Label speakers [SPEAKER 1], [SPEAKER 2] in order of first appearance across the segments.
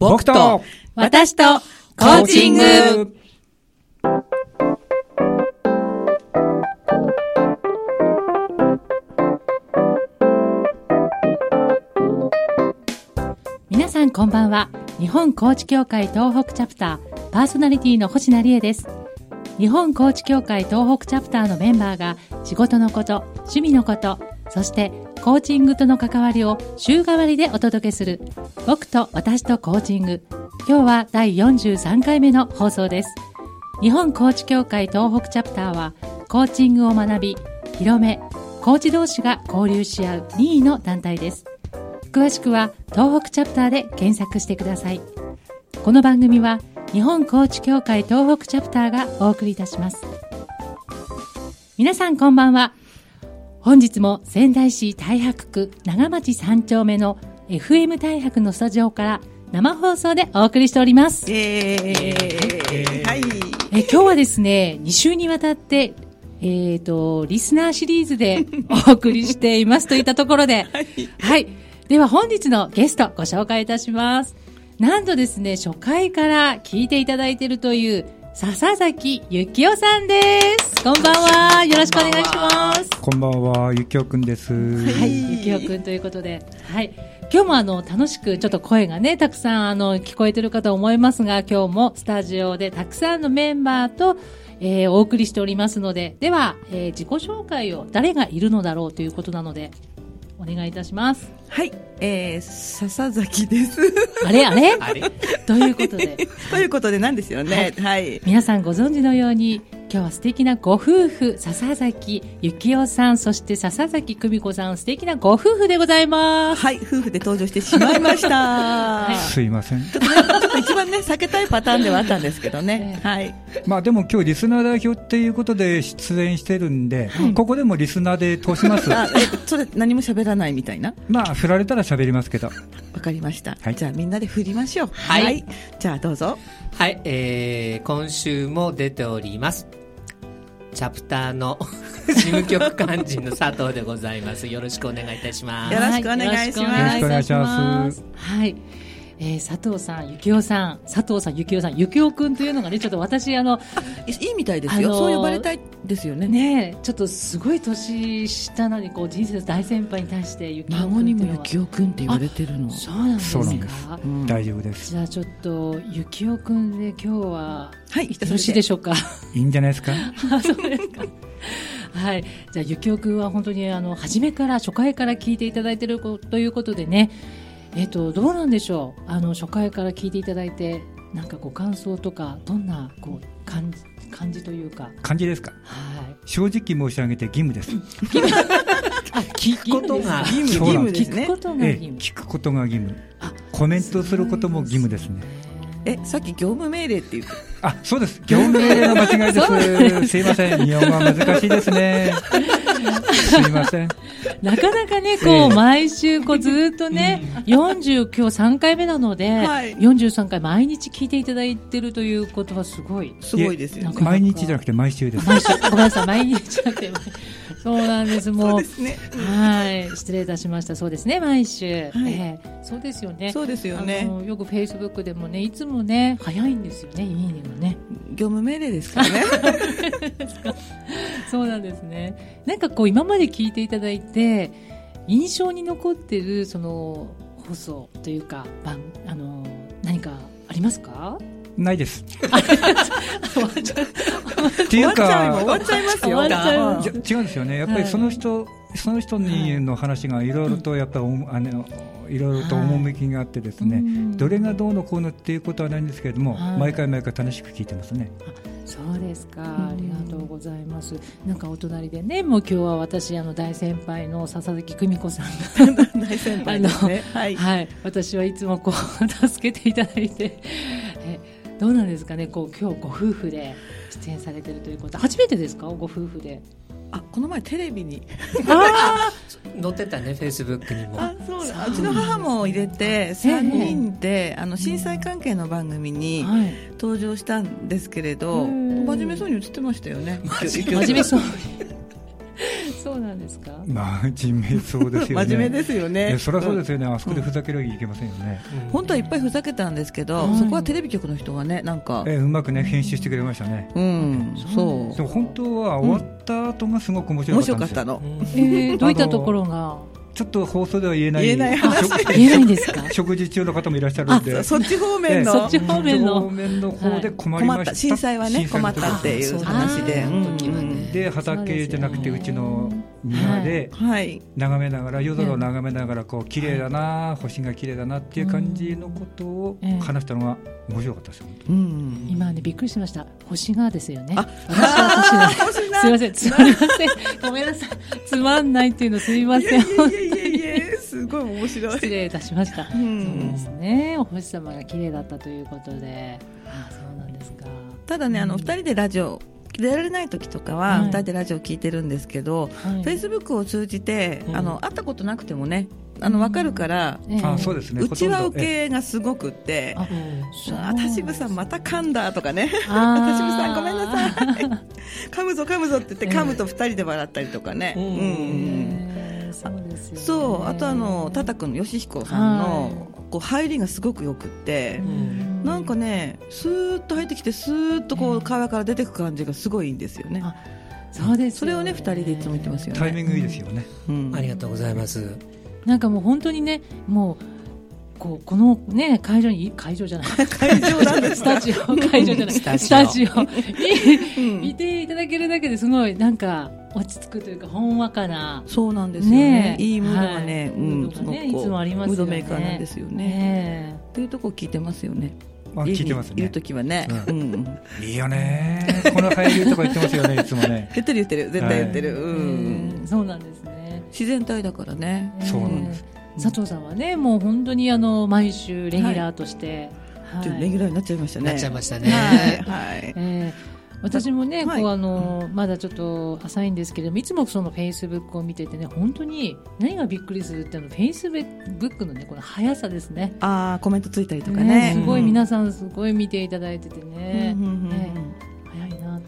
[SPEAKER 1] 僕と
[SPEAKER 2] 私とコーチング。皆さんこんばんは。日本コーチ協会東北チャプターパーソナリティの星成恵です。日本コーチ協会東北チャプターのメンバーが仕事のこと、趣味のこと、そしてコーチングとの関わりを週替わりでお届けする僕と私とコーチング。今日は第43回目の放送です。日本コーチ協会東北チャプターはコーチングを学び、広め、コーチ同士が交流し合う任意の団体です。詳しくは東北チャプターで検索してください。この番組は日本コーチ協会東北チャプターがお送りいたします。皆さんこんばんは。本日も仙台市太白区長町三丁目の FM 太白のスタジオから生放送でお送りしております。
[SPEAKER 3] イエーイはい。
[SPEAKER 2] え今日はですね、2週にわたって、えっ、と、リスナーシリーズ でお送りしていますといったところで、はい、では本日のゲストご紹介いたします。なんとですね、初回から聞いていただいているという、笹崎幸雄さんです。こんばんは。よろしくお願いします。
[SPEAKER 1] こんばんは、ゆきおくんです。
[SPEAKER 2] はい、ゆきおくんということで、はい、今日もあの楽しくちょっと声がねたくさんあの聞こえてるかと思いますが、今日もスタジオでたくさんのメンバーと、えーお送りしておりますので、では、えー自己紹介を誰がいるのだろうということなのでお願いいたします。
[SPEAKER 3] はい。えー、笹崎です。
[SPEAKER 2] あ れあれということで。
[SPEAKER 3] ということでなんですよね。はい。
[SPEAKER 2] 皆さんご存知のように今日は素敵なご夫婦笹崎幸男さんそして笹崎久美子さん素敵なご夫婦でございます
[SPEAKER 3] はい。夫婦で登場してしまいました。
[SPEAKER 1] すいません。
[SPEAKER 3] ちょっとね、ちょっと一番ね、避けたいパターンではあったんですけどね。はい。
[SPEAKER 1] まあでも今日リスナー代表っていうことで出演してるんで、ここでもリスナーで通します。
[SPEAKER 3] あ、え、それ何も喋らないみたいな
[SPEAKER 1] まあ、振られたら喋りますけど。
[SPEAKER 3] わかりました。
[SPEAKER 1] はい
[SPEAKER 3] じゃあみんなで振りましょう。
[SPEAKER 4] はい
[SPEAKER 3] じゃあどうぞ。
[SPEAKER 4] はい、えー、今週も出ております。チャプターの 事務局幹事の佐藤でございます。よろしくお願いいたしま
[SPEAKER 3] よ
[SPEAKER 4] す。
[SPEAKER 3] ろしくお願いします
[SPEAKER 1] よろしくお願いします。
[SPEAKER 2] はい。えー、佐藤さん、幸男さん、佐藤さん、幸男さん、幸男くんというのがね、ちょっと私、あの、
[SPEAKER 3] いいいみたいです
[SPEAKER 2] あ
[SPEAKER 3] よ。
[SPEAKER 2] のー
[SPEAKER 3] そう呼ばれたいですよね。
[SPEAKER 2] ねえ、ちょっとすごい年下なのに、こう、人生の大先輩に対して、幸男
[SPEAKER 3] 孫
[SPEAKER 2] くんっていうのは。
[SPEAKER 3] にも幸男くんって言われてるの。
[SPEAKER 2] そうなんです
[SPEAKER 1] そうなんで
[SPEAKER 2] か。
[SPEAKER 3] うん
[SPEAKER 1] 大丈夫です。
[SPEAKER 2] じゃあちょっと、幸男くんで今日は、
[SPEAKER 3] はい
[SPEAKER 2] よろしいでしょうか。
[SPEAKER 1] いいんじゃないですか。
[SPEAKER 2] あそうですか。はい。じゃあ、ゆきおくんは本当に、あの、初めから、初回から聞いていただいてるこということでね、えっ、と、どうなんでしょうあの、初回から聞いていただいて、なんかご感想とか、どんな、こう、感じ、感じというか、
[SPEAKER 1] 感じですか。
[SPEAKER 2] はい。
[SPEAKER 1] 正直申し上げて義務です。
[SPEAKER 2] あ、聞く
[SPEAKER 4] ことが
[SPEAKER 2] 義
[SPEAKER 1] 義
[SPEAKER 3] 義務
[SPEAKER 1] 務
[SPEAKER 3] で
[SPEAKER 2] 務
[SPEAKER 3] す
[SPEAKER 2] 聞く
[SPEAKER 3] ね
[SPEAKER 2] こ。とが
[SPEAKER 1] ええ
[SPEAKER 2] 義、務。
[SPEAKER 1] 聞くことが義務
[SPEAKER 2] あ。
[SPEAKER 1] コメントすることも義務ですね。
[SPEAKER 3] え、さっき業務命令って言って
[SPEAKER 1] あ、そうです。業務命令の間 違いです。すいません。日本語は難しいですね。すいません。
[SPEAKER 2] なかなかね、
[SPEAKER 1] え
[SPEAKER 2] こ
[SPEAKER 1] え
[SPEAKER 2] う、毎週、こう、ずーっとね、40、今日3回目なので、
[SPEAKER 3] はい
[SPEAKER 2] 43回毎日聞いていただいてるということはすごい。
[SPEAKER 3] すごいですよ
[SPEAKER 2] な
[SPEAKER 3] ね
[SPEAKER 2] ん。か
[SPEAKER 1] 毎日じゃなくて毎週です。
[SPEAKER 2] 毎週、ごめんなさい、毎日じゃなくて、毎そうなんです、もう。
[SPEAKER 3] そうですね。
[SPEAKER 2] はい、失礼いたしました。そうですね、毎週。
[SPEAKER 3] はい
[SPEAKER 2] ええそうですよね。
[SPEAKER 3] そうですよ
[SPEAKER 2] あ
[SPEAKER 3] ね。
[SPEAKER 2] のよくフェイスブックでもね、いつもね、早いんですよね、いいねがね。
[SPEAKER 3] 業務命令ですから ね。
[SPEAKER 2] そうなんですね。なんかこう、今まで聞いていただいて、印象に残ってる、その、放送というか、番、あの、何かありますか
[SPEAKER 1] ないです。
[SPEAKER 2] 終わっちゃう
[SPEAKER 1] っていう
[SPEAKER 3] 終わっちゃうよ
[SPEAKER 1] か
[SPEAKER 3] 終、わっちゃいますよ。
[SPEAKER 2] 終わっちゃう
[SPEAKER 3] うん
[SPEAKER 1] じゃ違うんですよね。やっぱ
[SPEAKER 2] は
[SPEAKER 1] り
[SPEAKER 2] い
[SPEAKER 1] その人、その人にの話がいろいろとやっぱりおあのいろいろと趣があってですね。
[SPEAKER 2] うん
[SPEAKER 1] どれがどうのこうのっていうことはないんですけれども、
[SPEAKER 2] はい
[SPEAKER 1] 毎回毎回楽しく聞いてますね。
[SPEAKER 2] そうですか、
[SPEAKER 3] ん
[SPEAKER 2] ありがとうございます。なんかお隣でね、もう今日は私、あの大先輩の笹崎久美子さん
[SPEAKER 3] 大先輩ですね。は
[SPEAKER 2] が、
[SPEAKER 3] い。
[SPEAKER 2] はい、私はいつもこう 助けていただいて。えどうなんですかね、こう今日ご夫婦で出演されてるということ、初めてですか、ご夫婦で。
[SPEAKER 3] あ、この前テレビに。
[SPEAKER 4] 載ってたね、フェイスブックにも。
[SPEAKER 3] あ、そうだ。うちの母も入れて、3人で、あの、震災関係の番組に
[SPEAKER 2] はい、
[SPEAKER 3] 登場したんですけれど、
[SPEAKER 2] うん
[SPEAKER 3] 真面目そうに映ってましたよね。
[SPEAKER 2] 真面目そう。そそうなんですか。
[SPEAKER 1] 真面目そうですよね。
[SPEAKER 3] 真面目ですよね
[SPEAKER 1] いやそりゃそうですよね。あそこでふざけるわけいけませんよね。
[SPEAKER 3] 本当はいっぱいふざけたんですけど、
[SPEAKER 2] うん
[SPEAKER 3] そこはテレビ局の人がねなんか
[SPEAKER 1] えうまくね編集してくれましたね。
[SPEAKER 3] うんそ
[SPEAKER 1] でも本当は終わった後がすごく面
[SPEAKER 3] う
[SPEAKER 1] 白
[SPEAKER 3] 面
[SPEAKER 1] かったんで
[SPEAKER 3] 白かっ
[SPEAKER 1] すよ。
[SPEAKER 3] たの
[SPEAKER 2] えー、どういったところが。
[SPEAKER 1] ちょっと放送では言えない。
[SPEAKER 3] 言えない話
[SPEAKER 1] 食
[SPEAKER 2] 言えないんです か。
[SPEAKER 1] 食事中の方もいらっしゃるんで。
[SPEAKER 3] そっち方面の
[SPEAKER 1] ええ
[SPEAKER 2] そっち方面の
[SPEAKER 1] そっち方面の方で困りま
[SPEAKER 3] 困っ
[SPEAKER 1] した。
[SPEAKER 3] た震災はね
[SPEAKER 1] 震
[SPEAKER 3] 困
[SPEAKER 1] の
[SPEAKER 3] っ
[SPEAKER 1] 時
[SPEAKER 3] たっていう話で
[SPEAKER 2] あ
[SPEAKER 3] う
[SPEAKER 2] ー
[SPEAKER 3] ん
[SPEAKER 4] 時はね
[SPEAKER 1] で畑じゃなくてうちの庭で
[SPEAKER 3] はい
[SPEAKER 1] 眺めながら夜空を眺めながらこう綺麗だな星が綺麗だなっていう感じのことを
[SPEAKER 2] うん
[SPEAKER 1] 話したのが面白かったですよ本
[SPEAKER 3] うん
[SPEAKER 2] 今ねびっくりしました。星がですよね。
[SPEAKER 3] あ
[SPEAKER 2] 私は 星が。
[SPEAKER 3] 星
[SPEAKER 2] すみません、つまりません。ごめんなさい。つまんないっていうのすみません。
[SPEAKER 3] いやいやいやいやすごい面白
[SPEAKER 2] 失
[SPEAKER 3] い
[SPEAKER 2] 礼いたしました。
[SPEAKER 3] う
[SPEAKER 2] そうんですね。お星様が綺麗だったということで。ああ、そうなんですか。
[SPEAKER 3] ただねあの二人でラジオ出られない時とかは
[SPEAKER 2] はい
[SPEAKER 3] 二人でラジオ聞いてるんですけど
[SPEAKER 2] はい
[SPEAKER 3] フェイスブックを通じて
[SPEAKER 4] うん
[SPEAKER 3] あの会ったことなくてもねあの分かるから
[SPEAKER 2] ええ
[SPEAKER 1] 当あそうですね
[SPEAKER 3] うちは
[SPEAKER 1] ほとん
[SPEAKER 3] 受
[SPEAKER 1] どえ
[SPEAKER 3] けがすごくって
[SPEAKER 2] あ
[SPEAKER 3] 「あ田渋さんまた噛んだ」とかね「田渋さんごめんなさい噛むぞ噛むぞ」って言って噛むと二人で笑ったりとかね
[SPEAKER 4] うん
[SPEAKER 3] うん
[SPEAKER 2] えそうですよね
[SPEAKER 3] そうあとあのタタ君の義彦さん
[SPEAKER 2] は
[SPEAKER 3] のこう入りがすごくよくって
[SPEAKER 2] う、ん
[SPEAKER 3] なんかねスーッと入ってきてスーッとこ
[SPEAKER 2] うん
[SPEAKER 3] う会話から出てく感じがすごいいいんですよね
[SPEAKER 2] あそうですよね
[SPEAKER 3] それをね二人でいつも言ってますよ
[SPEAKER 1] え
[SPEAKER 3] ね
[SPEAKER 1] タイミングいいですよね
[SPEAKER 3] うん
[SPEAKER 4] ありがとうございます。
[SPEAKER 2] なんかもう本当にねもうこうこのね会場に会場じゃない
[SPEAKER 3] 会場なんです
[SPEAKER 2] スタジオ会場じゃない
[SPEAKER 4] スタジオ
[SPEAKER 2] オ
[SPEAKER 3] うん
[SPEAKER 2] にいていただけるだけですごいなんか落ち着くというかほんわかな
[SPEAKER 3] そうなんですよね
[SPEAKER 2] ねえ
[SPEAKER 3] いいムードがね、
[SPEAKER 2] はい
[SPEAKER 3] うん
[SPEAKER 2] ムードがね
[SPEAKER 3] すごくこう
[SPEAKER 2] いつもあります
[SPEAKER 3] ム
[SPEAKER 2] よね
[SPEAKER 3] ードメーカーなんですよね
[SPEAKER 2] ね
[SPEAKER 3] っていうとこ聞いてますよね
[SPEAKER 1] あ聞いてます
[SPEAKER 3] 家にいる
[SPEAKER 1] ね
[SPEAKER 3] 時はね、う
[SPEAKER 1] うんいいよねこの入りとか言ってますよねいつも ね
[SPEAKER 3] 言ってる言ってる絶対言ってる、
[SPEAKER 2] え
[SPEAKER 3] うん
[SPEAKER 2] ええそうなんですね
[SPEAKER 3] 自然体だからね
[SPEAKER 2] ええ
[SPEAKER 1] そうなんです
[SPEAKER 2] 佐藤さんはねもう本当にあの毎週レギュラーとして、はい
[SPEAKER 3] ちょっとレギュラーになっちゃいましたね
[SPEAKER 4] なっちゃいました
[SPEAKER 3] はい
[SPEAKER 4] ね。
[SPEAKER 3] はい
[SPEAKER 2] えー私もね、
[SPEAKER 3] はい
[SPEAKER 2] こうあのまだちょっと浅いんですけどもいつもそのフェイスブックを見ててね本当に何がびっくりするってあのフェイスブックのねこの速さですね
[SPEAKER 3] ああコメントついたりとか
[SPEAKER 2] ね
[SPEAKER 3] ね
[SPEAKER 2] すごい皆
[SPEAKER 3] さ
[SPEAKER 2] さんすごい見ていただいてて
[SPEAKER 3] んね
[SPEAKER 2] ね、早いな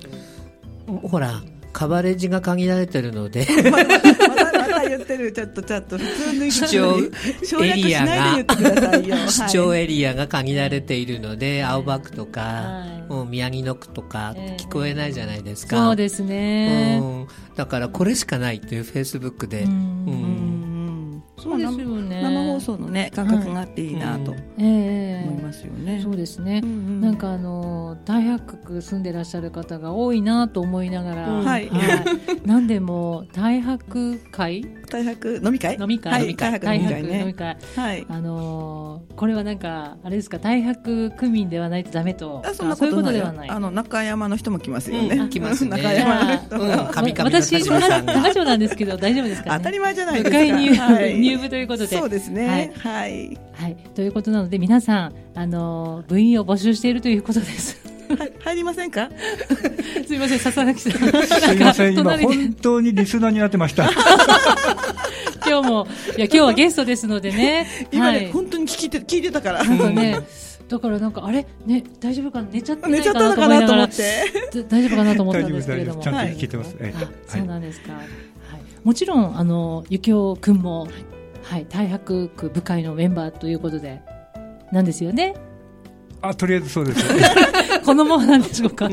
[SPEAKER 2] と
[SPEAKER 4] ほら、カバレッジが限られてるので、
[SPEAKER 3] またまたまた言ってるちょっとちょっと普通の
[SPEAKER 4] 視聴
[SPEAKER 3] 省略しないで言ってくださいよ
[SPEAKER 4] 視聴エリアが限られているので、青葉区とか、
[SPEAKER 2] はい
[SPEAKER 4] もう宮城野区とか
[SPEAKER 2] ええ
[SPEAKER 4] 聞こえないじゃないですか。
[SPEAKER 2] そうですね
[SPEAKER 4] うんだからこれしかないというフェイスブックで、
[SPEAKER 2] う
[SPEAKER 4] うんん
[SPEAKER 2] そうですよね
[SPEAKER 3] 生放送のね感覚があっていいなと
[SPEAKER 2] ええ
[SPEAKER 3] 思いますよね、
[SPEAKER 2] そうですね、
[SPEAKER 3] な
[SPEAKER 2] なんかあの大白区住んでらっしゃる方が多いなと思いながら、
[SPEAKER 4] うん
[SPEAKER 3] はい
[SPEAKER 2] なんでも大白会
[SPEAKER 3] 大白飲み会
[SPEAKER 2] 飲み会、
[SPEAKER 3] はい
[SPEAKER 2] 飲み会
[SPEAKER 3] 大
[SPEAKER 2] 大
[SPEAKER 3] 白
[SPEAKER 2] 白
[SPEAKER 3] 飲み会ね
[SPEAKER 2] 飲み会
[SPEAKER 3] はい
[SPEAKER 2] あのーこれはなんかあれですか大白区民ではないとダメと
[SPEAKER 3] あそんなこと
[SPEAKER 2] あそう
[SPEAKER 3] ないいう
[SPEAKER 2] ことで
[SPEAKER 3] よ
[SPEAKER 2] はない
[SPEAKER 3] あの中山の人も来ますよ
[SPEAKER 4] う
[SPEAKER 3] ね
[SPEAKER 4] ん来ます ね
[SPEAKER 3] 中山の
[SPEAKER 4] う
[SPEAKER 3] 人
[SPEAKER 4] ん、神々の田
[SPEAKER 2] 私
[SPEAKER 4] 島さんが
[SPEAKER 2] ラジオなんですけど 大丈夫ですか
[SPEAKER 3] 当た
[SPEAKER 2] ね
[SPEAKER 3] り前じゃない
[SPEAKER 2] 部
[SPEAKER 3] です か
[SPEAKER 2] 会入,、
[SPEAKER 3] はい
[SPEAKER 2] 入部ということで
[SPEAKER 3] そうですねはい
[SPEAKER 2] はい、ということなので皆さん、あのー部員を募集しているということです
[SPEAKER 3] はい入りませんか。
[SPEAKER 2] すみません笹崎さんなんか
[SPEAKER 1] すいません今
[SPEAKER 2] 隣で
[SPEAKER 1] 本当にリスナーになってました
[SPEAKER 2] 今日も、いや、今日はゲストですのでね
[SPEAKER 3] 今
[SPEAKER 2] は
[SPEAKER 3] ね、
[SPEAKER 2] い。
[SPEAKER 3] 本当に聞いて聞いてたから
[SPEAKER 2] なんかね、だからなんか、あれね、大丈夫かな寝ちゃってな
[SPEAKER 3] 寝
[SPEAKER 2] い
[SPEAKER 3] ちゃ
[SPEAKER 2] かな
[SPEAKER 3] ったの
[SPEAKER 2] と
[SPEAKER 3] か
[SPEAKER 2] 思い
[SPEAKER 3] な
[SPEAKER 2] な
[SPEAKER 3] と
[SPEAKER 2] が
[SPEAKER 3] 思
[SPEAKER 2] ら
[SPEAKER 3] っ、て
[SPEAKER 2] だ大丈夫かなと思ったんですけれども。
[SPEAKER 1] 大丈夫
[SPEAKER 3] 大丈夫
[SPEAKER 1] ちゃんと聞いてますええ
[SPEAKER 2] あそうなんですか。はい。もちろん、あの、ゆきおくんも、はい、大白区部会のメンバーということで、なんですよね。
[SPEAKER 1] あとりあえずそうです
[SPEAKER 2] このままなんでしょう か。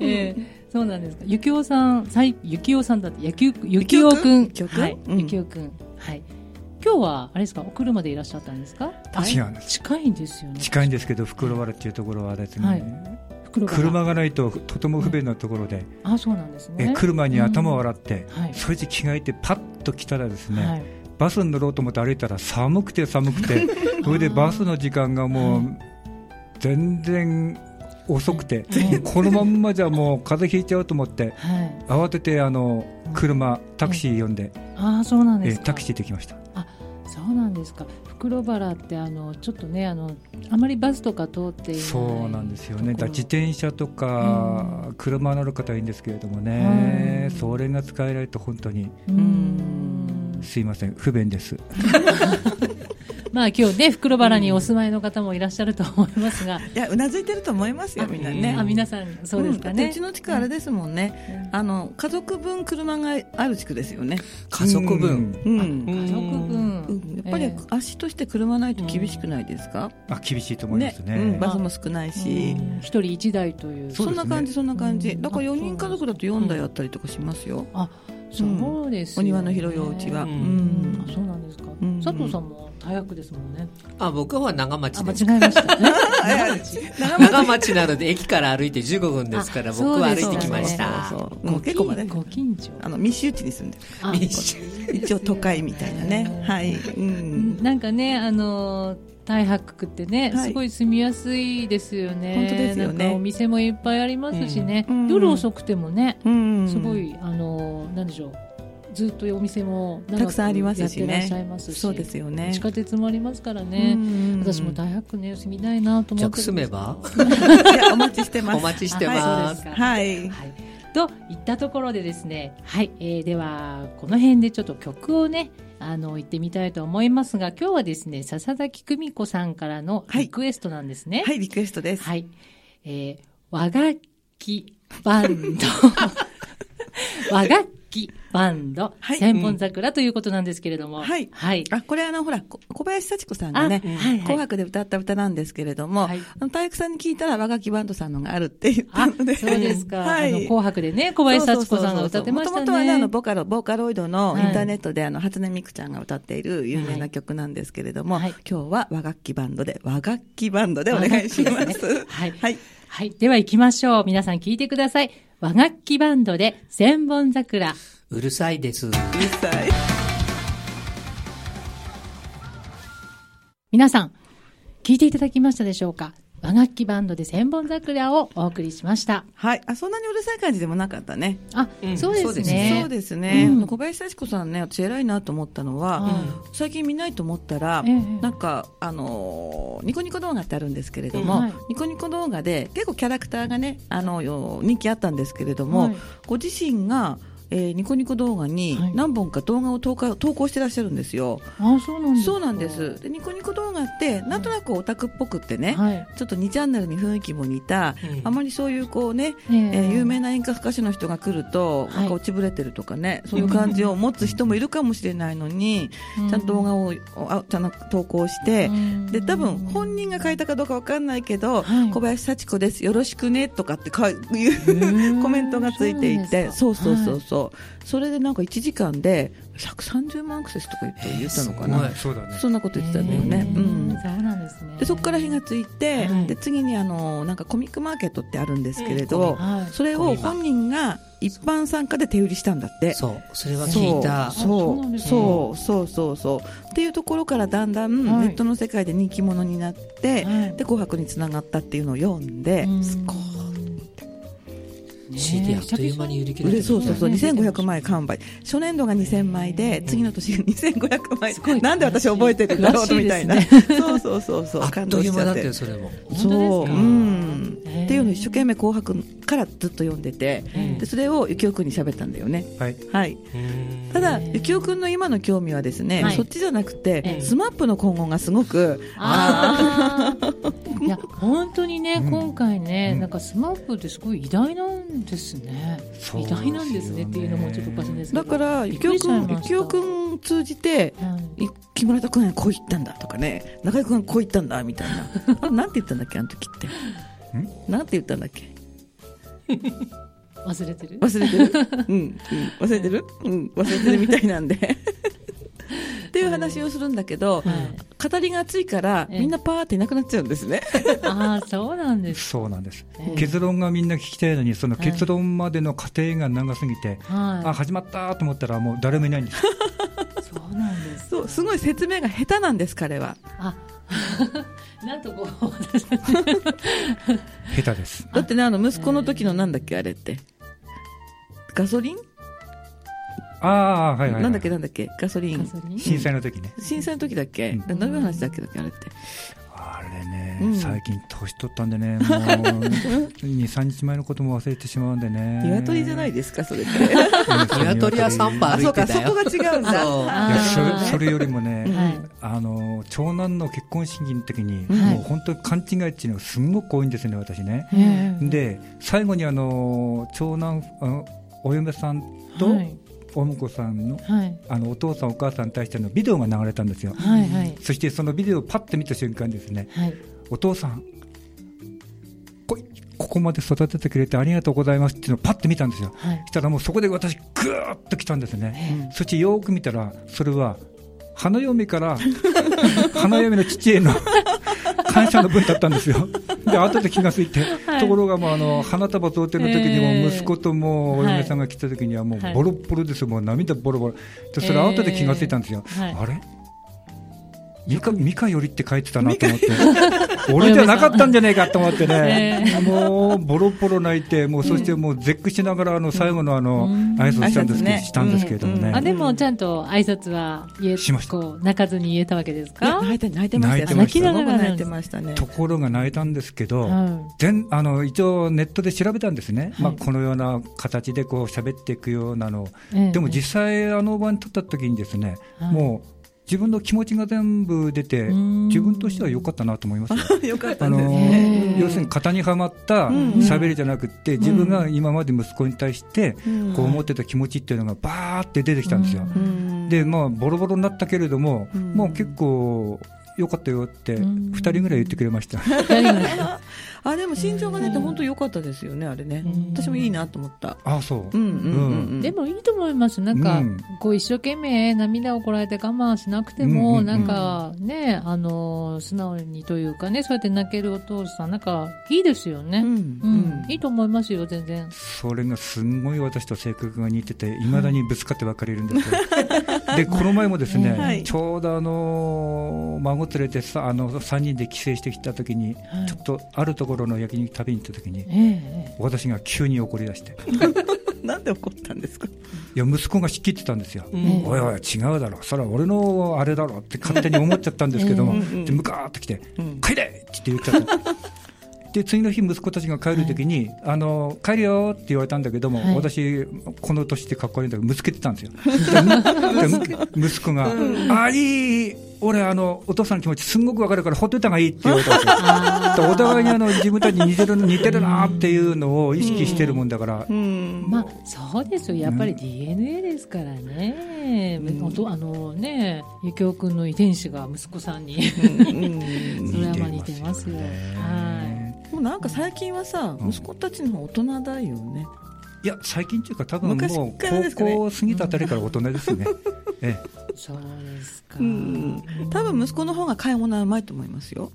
[SPEAKER 2] えーそうなんですか。ゆきおさん、さい、ゆきおさんだって、やきゅゆきおくん。
[SPEAKER 3] ゆきおくん
[SPEAKER 2] はい、
[SPEAKER 3] うん
[SPEAKER 2] ゆきおくん。はい。今日は、あれですか、お車でいらっしゃったんですか。
[SPEAKER 1] 違うんです
[SPEAKER 2] 近いんですよね。
[SPEAKER 1] 近いんですけど袋原っていうところはですね、
[SPEAKER 2] はい袋が
[SPEAKER 1] 車がないととても不便なところで、
[SPEAKER 2] あ、そうなんです
[SPEAKER 1] え
[SPEAKER 2] ね。
[SPEAKER 1] 車に頭を洗って、
[SPEAKER 2] うんはい
[SPEAKER 1] それで着替えてパッと来たらですね、
[SPEAKER 2] はい。
[SPEAKER 1] バスに乗ろうと思って歩いたら 寒くて寒くてそれでバスの時間がもう全然遅くて
[SPEAKER 2] うん
[SPEAKER 1] このまんまじゃもう風邪ひいちゃうと思って
[SPEAKER 2] はい。
[SPEAKER 1] 慌ててあの車タクシー呼んで、
[SPEAKER 2] あ、そうなんで
[SPEAKER 1] え
[SPEAKER 2] す
[SPEAKER 1] ー
[SPEAKER 2] か。
[SPEAKER 1] タクシー行ってきました
[SPEAKER 2] そうなんですか。袋原って、あの、ちょっとね、あの、あまりバスとか通っていない。
[SPEAKER 1] そうなんですよ
[SPEAKER 2] と
[SPEAKER 1] ねだから
[SPEAKER 2] ころ
[SPEAKER 1] 自転車とか車乗る方はいいんですけれども
[SPEAKER 2] うん
[SPEAKER 1] ねそれが使えないと本当に
[SPEAKER 2] うーん。
[SPEAKER 1] すいません不便です
[SPEAKER 2] まあ今日ね袋原にお住まいの方もいらっしゃると思いますが、
[SPEAKER 3] いやうなずいてると思いますよみんなね
[SPEAKER 2] あ皆さんそうですか
[SPEAKER 3] んだって
[SPEAKER 2] ね、
[SPEAKER 3] うちの地区あれですもんね、あの家族分車がある地区ですよね、
[SPEAKER 4] 家族分。
[SPEAKER 1] う
[SPEAKER 3] うん
[SPEAKER 4] う
[SPEAKER 2] 家
[SPEAKER 4] ん
[SPEAKER 2] 族
[SPEAKER 3] うん
[SPEAKER 2] 分
[SPEAKER 3] やっぱり
[SPEAKER 2] ええ
[SPEAKER 3] 足として車ないと厳しくないですか、
[SPEAKER 1] あ厳しいと思いますね
[SPEAKER 3] うんバスも少ないし、
[SPEAKER 2] うん一人一台という
[SPEAKER 1] そ
[SPEAKER 3] そ
[SPEAKER 1] うんですね
[SPEAKER 3] な感じそんな感じ、
[SPEAKER 2] うん
[SPEAKER 3] だから4人家族だと4台あったりとかしますよ、
[SPEAKER 2] あそうです
[SPEAKER 3] お
[SPEAKER 2] よね、
[SPEAKER 3] 庭の広いお家は、
[SPEAKER 4] う
[SPEAKER 3] うんん
[SPEAKER 2] うんあそうなんですか、
[SPEAKER 3] ん
[SPEAKER 2] 佐藤さんも大学ですもんね
[SPEAKER 4] あ、僕は長
[SPEAKER 2] あ
[SPEAKER 4] 町
[SPEAKER 2] 間違
[SPEAKER 4] です。
[SPEAKER 2] えましたね長町
[SPEAKER 4] 長町なので駅から歩いて15分 ですから、
[SPEAKER 2] あ
[SPEAKER 4] 僕
[SPEAKER 2] そう
[SPEAKER 4] は歩
[SPEAKER 2] で
[SPEAKER 4] い
[SPEAKER 2] す
[SPEAKER 4] てきまし
[SPEAKER 3] そ
[SPEAKER 4] た
[SPEAKER 3] う。そうそうもう結構まで
[SPEAKER 2] ご近所
[SPEAKER 3] あの密集地に住んで
[SPEAKER 2] あ
[SPEAKER 4] 密集
[SPEAKER 3] る一応都会みたいなねはい、うん
[SPEAKER 2] なんかね、あのー大白区ってね、
[SPEAKER 3] はい
[SPEAKER 2] すごい住みやすいですよね。
[SPEAKER 3] 本当ですよね
[SPEAKER 2] なんかお店もいっぱいありますしね、
[SPEAKER 3] うんうん
[SPEAKER 2] 夜遅くてもね、
[SPEAKER 3] うん
[SPEAKER 2] すごい、あのーなんでしょう。ずっとお店も長く
[SPEAKER 3] たくさんありますし
[SPEAKER 2] やってらっ
[SPEAKER 3] ね
[SPEAKER 2] しゃいますし、
[SPEAKER 3] そうですよね
[SPEAKER 2] 地下鉄もありますからね。
[SPEAKER 3] うん
[SPEAKER 2] 私も大白区ね、住みたいなと
[SPEAKER 4] じ
[SPEAKER 2] 思
[SPEAKER 4] ゃ
[SPEAKER 2] っ
[SPEAKER 4] あ、
[SPEAKER 2] てるんですけど。
[SPEAKER 4] くす
[SPEAKER 3] い
[SPEAKER 4] めば
[SPEAKER 3] やお待ちしてます
[SPEAKER 4] お待ちしてま
[SPEAKER 2] あ
[SPEAKER 4] す。
[SPEAKER 3] はい
[SPEAKER 2] はい、といったところでですね、はいえーではこの辺でちょっと曲をねあの言ってみたいと思いますが今日はですね笹崎久美子さんからの
[SPEAKER 3] はい
[SPEAKER 2] リクエストなんですね。
[SPEAKER 3] はいリクエストです、
[SPEAKER 2] はいえー和楽器バン ド和楽器バンド、
[SPEAKER 3] はい
[SPEAKER 2] 千本桜ということなんですけれども、
[SPEAKER 3] はい
[SPEAKER 2] はい、
[SPEAKER 3] あこれあのほらこ小林幸子さんがね
[SPEAKER 2] あはいはい
[SPEAKER 3] 「紅白」で歌った歌なんですけれども、
[SPEAKER 2] はい
[SPEAKER 3] あの体育さんに聞いたら和楽器バンドさんのがあるって言った
[SPEAKER 2] あ
[SPEAKER 3] ので
[SPEAKER 2] そうですか、
[SPEAKER 3] は
[SPEAKER 2] あの
[SPEAKER 3] い、
[SPEAKER 2] 紅白でね小林幸子さんが歌ってましたね。
[SPEAKER 3] もともとはね、あの、ボカロ、ボーカロイドの
[SPEAKER 2] はい
[SPEAKER 3] インターネットで、あの、初音ミクちゃんが歌っている有名な曲なんですけれども、
[SPEAKER 2] はい
[SPEAKER 3] 今日は和楽器バンドで、和楽器バンドでお願いしま
[SPEAKER 2] 和楽器です
[SPEAKER 3] す
[SPEAKER 2] ね。はい
[SPEAKER 3] はい。
[SPEAKER 2] はい。では行きましょう。皆さん聞いてください。和楽器バンドで千本桜。
[SPEAKER 4] うるさいです。
[SPEAKER 3] うるさい
[SPEAKER 2] 皆さん、聞いていただきましたでしょうか和楽器バンドで千本桜をお送りしました。
[SPEAKER 3] はい。あ、そんなにうるさい感じでもなかったね。
[SPEAKER 2] あ、
[SPEAKER 4] うん
[SPEAKER 2] そうで
[SPEAKER 4] そう
[SPEAKER 2] す
[SPEAKER 4] です
[SPEAKER 2] ね。
[SPEAKER 3] そうですね。
[SPEAKER 2] うん
[SPEAKER 3] あの小林幸子さんね、私偉いなと思ったのは、
[SPEAKER 2] う
[SPEAKER 3] 最近見ないと思ったら、
[SPEAKER 2] ええ
[SPEAKER 3] なんか、あのーニコニコ動画ってあるんですけれども、
[SPEAKER 2] うんはい
[SPEAKER 3] ニコニコ動画で結構キャラクターがね、あの、よ人気あったんですけれども、
[SPEAKER 2] はい
[SPEAKER 3] ご自身が、えーニコニコ動画に
[SPEAKER 2] はい
[SPEAKER 3] 何本か動画を投稿投稿してらっしゃるんですよ。
[SPEAKER 2] あ、そうなんですか
[SPEAKER 3] そうなんです。。でニコニコ動画って、なんとなくオタクっぽくってね、
[SPEAKER 2] はい。
[SPEAKER 3] ちょっと2チャンネルに雰囲気も似た、
[SPEAKER 4] うん
[SPEAKER 3] あまりそういうこうね、
[SPEAKER 2] え
[SPEAKER 3] え
[SPEAKER 2] え
[SPEAKER 3] ー有名な演歌歌手の人が来ると、
[SPEAKER 2] はい
[SPEAKER 3] なんか落ちぶれてるとかね、そういう感じを持つ人もいるかもしれないのに、
[SPEAKER 2] うん
[SPEAKER 3] ちゃんと動画をあちゃんと投稿して、で、多分本
[SPEAKER 2] 人
[SPEAKER 3] 人が書いたかどうかわかんないけど、
[SPEAKER 2] はい
[SPEAKER 3] 小林幸子です、よろしくね、とかって書い
[SPEAKER 2] ー
[SPEAKER 3] うんう コメントがついていて、
[SPEAKER 2] そ
[SPEAKER 3] そうう
[SPEAKER 2] な
[SPEAKER 3] そ
[SPEAKER 2] ん
[SPEAKER 3] う
[SPEAKER 2] ですか
[SPEAKER 3] そうそう。それでなんか1時間で130万アクセスとか言って言ったのか
[SPEAKER 4] えー
[SPEAKER 3] な。
[SPEAKER 4] すはい
[SPEAKER 1] そうだね
[SPEAKER 3] そんなこと言ってたんだよね。うん。
[SPEAKER 2] そうなんですね。
[SPEAKER 3] でそこから火がついて、
[SPEAKER 2] はい
[SPEAKER 3] で次にあのなんかコミックマーケットってあるんですけれど、
[SPEAKER 2] はい。
[SPEAKER 3] それを本人が一般参加で手売りしたんだって。
[SPEAKER 4] そう、それは
[SPEAKER 3] そう
[SPEAKER 4] 聞いた。
[SPEAKER 2] そうな
[SPEAKER 3] そ
[SPEAKER 2] んで
[SPEAKER 3] う
[SPEAKER 2] すね
[SPEAKER 3] そうそうそうそうっていうところからだんだんネ
[SPEAKER 2] はい
[SPEAKER 3] ットの世界で人気者になって、
[SPEAKER 2] はい
[SPEAKER 3] で「紅白」につながったっていうのを読んで、
[SPEAKER 2] うん
[SPEAKER 3] すごい
[SPEAKER 4] CD あっという間に売り切
[SPEAKER 3] 売
[SPEAKER 4] れて
[SPEAKER 3] れ
[SPEAKER 4] る。
[SPEAKER 3] そうそうそう
[SPEAKER 2] ね
[SPEAKER 3] 2500枚完売初年度が2000枚で次の年が2500枚
[SPEAKER 2] すごい
[SPEAKER 3] なんで私覚えてるんだろうみた いな、
[SPEAKER 2] 詳しい
[SPEAKER 3] そうそうそうそう
[SPEAKER 4] あっという間だった
[SPEAKER 3] 感動
[SPEAKER 4] よ、
[SPEAKER 3] しちゃ
[SPEAKER 4] それも。
[SPEAKER 3] っ
[SPEAKER 2] 本
[SPEAKER 3] て
[SPEAKER 2] 当です
[SPEAKER 3] そう、
[SPEAKER 2] か
[SPEAKER 3] うん、
[SPEAKER 2] へー
[SPEAKER 3] っていうのを一生懸命「紅白」からずっと読んでて
[SPEAKER 2] うん
[SPEAKER 3] でそれをゆきおくんに喋ったんだよね
[SPEAKER 1] はい
[SPEAKER 3] はい
[SPEAKER 4] うん
[SPEAKER 3] ただ
[SPEAKER 2] へー
[SPEAKER 3] ゆきおくんの今の興味はですね、
[SPEAKER 2] はい
[SPEAKER 3] そっちじゃなく
[SPEAKER 2] え
[SPEAKER 3] て
[SPEAKER 2] え
[SPEAKER 3] スマップの今後がすごく
[SPEAKER 2] あー いや本当にね、
[SPEAKER 1] うん
[SPEAKER 2] 今回ね、
[SPEAKER 1] うん
[SPEAKER 2] なんかスマップってすごい偉大なんですね
[SPEAKER 1] そう
[SPEAKER 2] 偉
[SPEAKER 1] ですよね
[SPEAKER 2] 大なんですねっていうのもちょっとおかしいんですけど
[SPEAKER 3] だから
[SPEAKER 2] びっ
[SPEAKER 3] ゆ
[SPEAKER 2] く
[SPEAKER 3] きお
[SPEAKER 2] りしち
[SPEAKER 3] く
[SPEAKER 2] ゃい
[SPEAKER 3] ん
[SPEAKER 2] ま
[SPEAKER 3] ゆ
[SPEAKER 2] した
[SPEAKER 3] きおくん通じて
[SPEAKER 2] うん
[SPEAKER 3] い木村拓哉がこう言ったんだとかね中居君がこう言ったんだみたいなあなん て言ったんだっけあの時ってなんて言ったんだっけ
[SPEAKER 2] 忘れてる
[SPEAKER 3] 忘れ てる、うん、うん忘れてる、うん、忘れてるみたいなんでっていう話をするんだけど、語りが熱いから
[SPEAKER 2] ええ
[SPEAKER 3] みんなパーっていなくなっちゃうんですね、
[SPEAKER 2] ああそうなんです
[SPEAKER 1] そうなんです、
[SPEAKER 2] ええ
[SPEAKER 1] 結論がみんな聞きたいのにその結論までの過程が長すぎて、あ
[SPEAKER 2] は
[SPEAKER 1] 始まったと思ったらもう誰もいないん です
[SPEAKER 2] いそうなんです
[SPEAKER 3] そうすごい説明が下手なんです彼は
[SPEAKER 2] あ なんとこう私たち
[SPEAKER 1] 下手です
[SPEAKER 3] だってねあの息子の時のなんだっけあれってガソリン、
[SPEAKER 1] ああはいはい、はい、
[SPEAKER 3] なんだっけなんだっけガソリン
[SPEAKER 2] ガソリン
[SPEAKER 1] 震災の時ね
[SPEAKER 3] 震災の時だっけ、
[SPEAKER 1] う
[SPEAKER 3] 何の話だっけだっけあれって
[SPEAKER 1] あれね、
[SPEAKER 3] うん
[SPEAKER 1] 最近年取ったんで ね、もう2、3日前のことも忘れてしまうんでね。
[SPEAKER 3] 鶏じゃないですか、 それって。
[SPEAKER 1] うん
[SPEAKER 4] 鶏は散歩
[SPEAKER 3] あ、そ
[SPEAKER 4] 歩
[SPEAKER 3] う
[SPEAKER 4] い
[SPEAKER 3] か、
[SPEAKER 4] て
[SPEAKER 3] そ
[SPEAKER 4] たよ
[SPEAKER 3] こが違うんだ。
[SPEAKER 4] そう
[SPEAKER 1] いやそ
[SPEAKER 2] あー
[SPEAKER 1] れそれよりもね、
[SPEAKER 2] はい
[SPEAKER 1] あの長男の結婚式の時に、
[SPEAKER 2] はい
[SPEAKER 1] もう本当に勘違いっていうのがすんごく多いんですよね、私ね。
[SPEAKER 2] ええ
[SPEAKER 1] で、最後にあの長男あのお嫁さんと
[SPEAKER 2] はい
[SPEAKER 1] お婿さんの
[SPEAKER 2] はい
[SPEAKER 1] あのお父さん、お母さんに対してのビデオが流れたんですよ。
[SPEAKER 2] はいはい
[SPEAKER 1] そしてそのビデオをパッと見た瞬間ですね、
[SPEAKER 2] はい
[SPEAKER 1] お父さん、こここまで育ててくれてありがとうございますっていうのをパッと見たんですよ。
[SPEAKER 2] はい
[SPEAKER 1] したらもうそこで私、ぐーっと来たんですね。
[SPEAKER 2] え
[SPEAKER 1] そしてよーく見たら、それは花嫁から 花嫁の父への感謝の分だったんで すよ。で、後で気がついて、
[SPEAKER 2] はい
[SPEAKER 1] ところがもうあの花束贈呈の時に
[SPEAKER 2] ええ
[SPEAKER 1] も息子ともうお嫁さんが来た時にはもう
[SPEAKER 2] はい
[SPEAKER 1] ボロッボロですよ、もう涙ボロボロ。で、それ後で気がついたんですよ。
[SPEAKER 2] えはい
[SPEAKER 1] あれミカミカよりって書いてたなと思って、俺じゃなかったんじゃねえかと思 ってね、もうボロボロ泣いて、もうそしてもう絶句しながら、あの最後のあの
[SPEAKER 2] うん
[SPEAKER 1] 挨拶したんですけど、
[SPEAKER 3] 挨拶ね
[SPEAKER 1] したんですけれども
[SPEAKER 3] うんう
[SPEAKER 1] ね
[SPEAKER 3] ん
[SPEAKER 2] あ、でもちゃんと挨拶は言え
[SPEAKER 1] しました
[SPEAKER 2] こう泣かずに言えたわけですか
[SPEAKER 3] 泣いて、泣いてましたよ。
[SPEAKER 1] 泣いてました
[SPEAKER 3] すごく泣いてました ね。
[SPEAKER 1] ところが泣いたんですけ
[SPEAKER 2] う
[SPEAKER 1] ど、
[SPEAKER 2] ん
[SPEAKER 1] 全あの一応、ネットで調べたんですね、
[SPEAKER 2] はい
[SPEAKER 1] まあ、このような形でこう喋っていくようなのを、
[SPEAKER 2] ええ
[SPEAKER 1] でも実際、あのおばにとった時にですね、
[SPEAKER 2] はい
[SPEAKER 1] もう自分の気持ちが全部出て
[SPEAKER 2] うー、ん
[SPEAKER 1] 自分としては良かったなと思いますよ。
[SPEAKER 3] よかった
[SPEAKER 1] あ
[SPEAKER 3] ん
[SPEAKER 1] の
[SPEAKER 3] ですね。
[SPEAKER 2] ね
[SPEAKER 1] 要するに型にはまった
[SPEAKER 3] うん
[SPEAKER 1] 喋りじゃなくって、自分が今まで息子に対して
[SPEAKER 3] うん
[SPEAKER 1] こう思ってた気持ちっていうのがバーって出てきたんですよ。
[SPEAKER 3] うん
[SPEAKER 1] で、まあ、ボロボロになったけれども、
[SPEAKER 3] うん
[SPEAKER 1] もう結構良かったよって、
[SPEAKER 2] うん
[SPEAKER 1] 2人ぐらい言ってくれま した。
[SPEAKER 2] 大丈夫ですか
[SPEAKER 3] あ、でも心臓が出て本当良かったですよね、あれね
[SPEAKER 2] うん。
[SPEAKER 3] 私もいいなと思った。
[SPEAKER 1] ああ、そう
[SPEAKER 3] う。んうんうんうん。
[SPEAKER 2] でもいいと思います。なんか、
[SPEAKER 1] うん
[SPEAKER 2] こう一生懸命涙をこらえて我慢しなくても、
[SPEAKER 1] うんうんうん
[SPEAKER 2] なんかね、あの、素直にというかね、そうやって泣けるお父さん、なんかいいですよね。
[SPEAKER 3] う
[SPEAKER 2] うんん。
[SPEAKER 3] うん
[SPEAKER 2] いいと思いますよ、全然。
[SPEAKER 1] それがすんごい私と性格が似てて、いまだにぶつかってばっかりいるんです よ。で、この前もですね、
[SPEAKER 3] はい
[SPEAKER 1] ちょうどあの、孫連れてさ、あの、3人で帰省してきた時に、ちょっとあるところの焼肉食べに行った時に、
[SPEAKER 2] ええ
[SPEAKER 1] 私が急に怒り出して、
[SPEAKER 3] なんで怒ったんですか
[SPEAKER 1] いや、息子が仕切ってたんですよ。
[SPEAKER 2] ん
[SPEAKER 1] おいおい、違うだろ、それは俺のあれだろって勝手に思っちゃったんですけども、
[SPEAKER 3] うんうん
[SPEAKER 1] でムカーってきて、
[SPEAKER 3] うん
[SPEAKER 1] 帰れって言っちゃ った。で次の日、息子たちが帰るときに、あの、帰るよって言われたんだけども、
[SPEAKER 2] はい
[SPEAKER 1] 私、この年ってかっこいいんだけど、ぶつけてたん ですよ。でむ息子が、あ、いい、俺、あの、お父さんの気持ち、すんごくわかるから、ほっといた方がいいって言われ たんですよ。
[SPEAKER 2] あ
[SPEAKER 1] お互いにあの自分たちに似てる似てるなっていうのを意識してるもんだから
[SPEAKER 3] う、
[SPEAKER 2] ー
[SPEAKER 3] ん。
[SPEAKER 2] まあ、そうですよ。やっぱり DNA ですからね。
[SPEAKER 3] うん
[SPEAKER 2] おとあのね、ゆきおくんの遺伝子が息子さんに。
[SPEAKER 3] うんう ん
[SPEAKER 2] それはまあ似てますよ。はい。
[SPEAKER 3] もうなんか最近はさ、
[SPEAKER 1] うん
[SPEAKER 3] 息子たちの方が大人だよね。
[SPEAKER 1] いや、最近というか、多分
[SPEAKER 3] 昔
[SPEAKER 1] もう
[SPEAKER 3] からですか
[SPEAKER 1] 高
[SPEAKER 3] ね
[SPEAKER 1] 校を過ぎたあたりから大人です ね。ええ
[SPEAKER 2] そうですか。
[SPEAKER 3] うん。多分息子の方が買い物はうまいと思いますよ。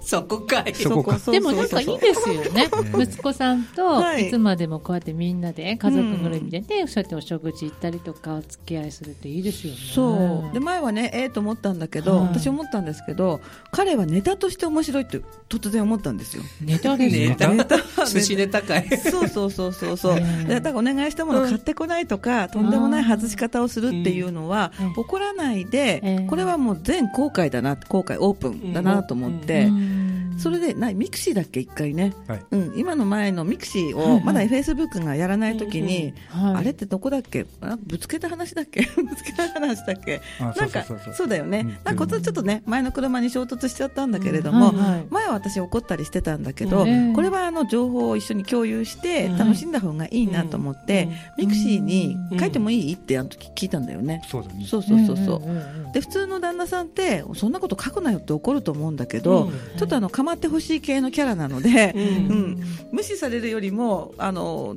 [SPEAKER 4] そこかい
[SPEAKER 1] そこか
[SPEAKER 3] そ
[SPEAKER 2] でもなんかいいですよね
[SPEAKER 1] そうそう。そう
[SPEAKER 2] 息子さんと
[SPEAKER 3] はい
[SPEAKER 2] いつまでもこうやってみんなで家族ぐるみでね、そうやってお食事行ったりとかお付き合いするっていいですよね。
[SPEAKER 3] そう。で、前はね、ええと思ったんだけど、
[SPEAKER 2] はい
[SPEAKER 3] 私思ったんですけど、彼はネタとして面白いって突然思ったんですよ。
[SPEAKER 2] ネタです
[SPEAKER 4] ネ
[SPEAKER 2] ね。
[SPEAKER 4] タ
[SPEAKER 1] ネ
[SPEAKER 4] 寿司ネタかい
[SPEAKER 3] そうそうそうそうそう。
[SPEAKER 2] ねえ
[SPEAKER 3] でだからお願いしたものを買ってこないとか、とんでもない外し方をするっていうのは、
[SPEAKER 2] うん
[SPEAKER 3] 怒らない
[SPEAKER 2] え
[SPEAKER 3] で
[SPEAKER 2] え、
[SPEAKER 3] これはもう全公開だな、公開オープンだなと思って、
[SPEAKER 2] うん
[SPEAKER 3] それでないミクシーだっけ一回ね、
[SPEAKER 1] はい
[SPEAKER 3] うん、今の前のミクシー
[SPEAKER 2] はいは
[SPEAKER 3] を
[SPEAKER 2] い
[SPEAKER 3] まだフェイスブックがやらない時に、
[SPEAKER 2] はい
[SPEAKER 3] あれってどこだっけあぶつけた話だっけ ぶつけた話だっけ
[SPEAKER 1] あ
[SPEAKER 3] なん
[SPEAKER 1] そうそ
[SPEAKER 3] か
[SPEAKER 1] うそうそう
[SPEAKER 3] そうだよね、
[SPEAKER 1] うん
[SPEAKER 3] なんかこっちはちょっとね前の車に衝突しちゃったんだけれど
[SPEAKER 2] はい
[SPEAKER 3] も、
[SPEAKER 2] はい
[SPEAKER 3] 前は私怒ったりしてたんだけど、
[SPEAKER 2] うん
[SPEAKER 3] これはあの情報を一緒に共有して
[SPEAKER 2] うん
[SPEAKER 3] 楽しんだ方がいいなと思って、ミクシーに書いてもいいってあの時聞いたんだよね、
[SPEAKER 1] そうだね。
[SPEAKER 3] そうそうそうそう、
[SPEAKER 2] んんん
[SPEAKER 3] で普通の旦那さんってそんなこと書くなよって怒ると思うんだけど、
[SPEAKER 4] うん
[SPEAKER 3] ちょっとあの構ってほしい系のキャラなので、
[SPEAKER 4] う
[SPEAKER 3] うん
[SPEAKER 4] ん
[SPEAKER 3] 無視されるよりもあの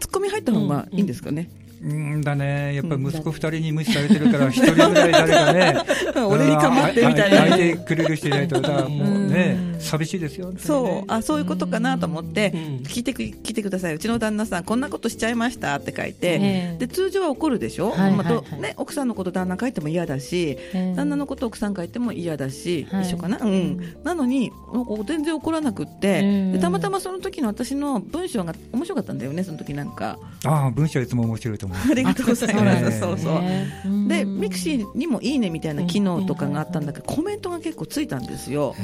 [SPEAKER 3] ツッコミ入った方がいいんですかね、
[SPEAKER 1] うんだね。やっぱり息子二人に無視されてるから、一人ぐらい誰かね、
[SPEAKER 3] 俺に構ってみたい
[SPEAKER 1] ああ
[SPEAKER 3] な、
[SPEAKER 1] あ相手くれる人いないと、だからもうね
[SPEAKER 2] う、ん
[SPEAKER 1] 寂しいですよね。
[SPEAKER 3] そうあそういうことかなと思って、
[SPEAKER 4] うん
[SPEAKER 3] 聞いてく聞いてくださいうちの旦那さんこんなことしちゃいましたって書いて、
[SPEAKER 2] ええ
[SPEAKER 3] で通常は怒るでしょ、
[SPEAKER 2] はい
[SPEAKER 3] まあと
[SPEAKER 2] はいはい
[SPEAKER 3] ね、奥さんのこと旦那書いても嫌だし、旦那のこと奥さん書いても嫌だし、
[SPEAKER 2] はい
[SPEAKER 3] 一緒かな、う、
[SPEAKER 2] うんん
[SPEAKER 3] なのになんか全然怒らなくって、
[SPEAKER 2] うん
[SPEAKER 3] でたまたまその時の私の文章が面白かったんだよねその時なんか
[SPEAKER 1] ああ、文章いつも面白いと思う。
[SPEAKER 3] ありがとうござい
[SPEAKER 1] あ
[SPEAKER 3] ま
[SPEAKER 1] そうなんだ
[SPEAKER 3] すそうそう、
[SPEAKER 2] ねうん
[SPEAKER 3] でミクシーにも「いいね」みたいな機能とかがあったんだけどコメントが結構ついたんですよ、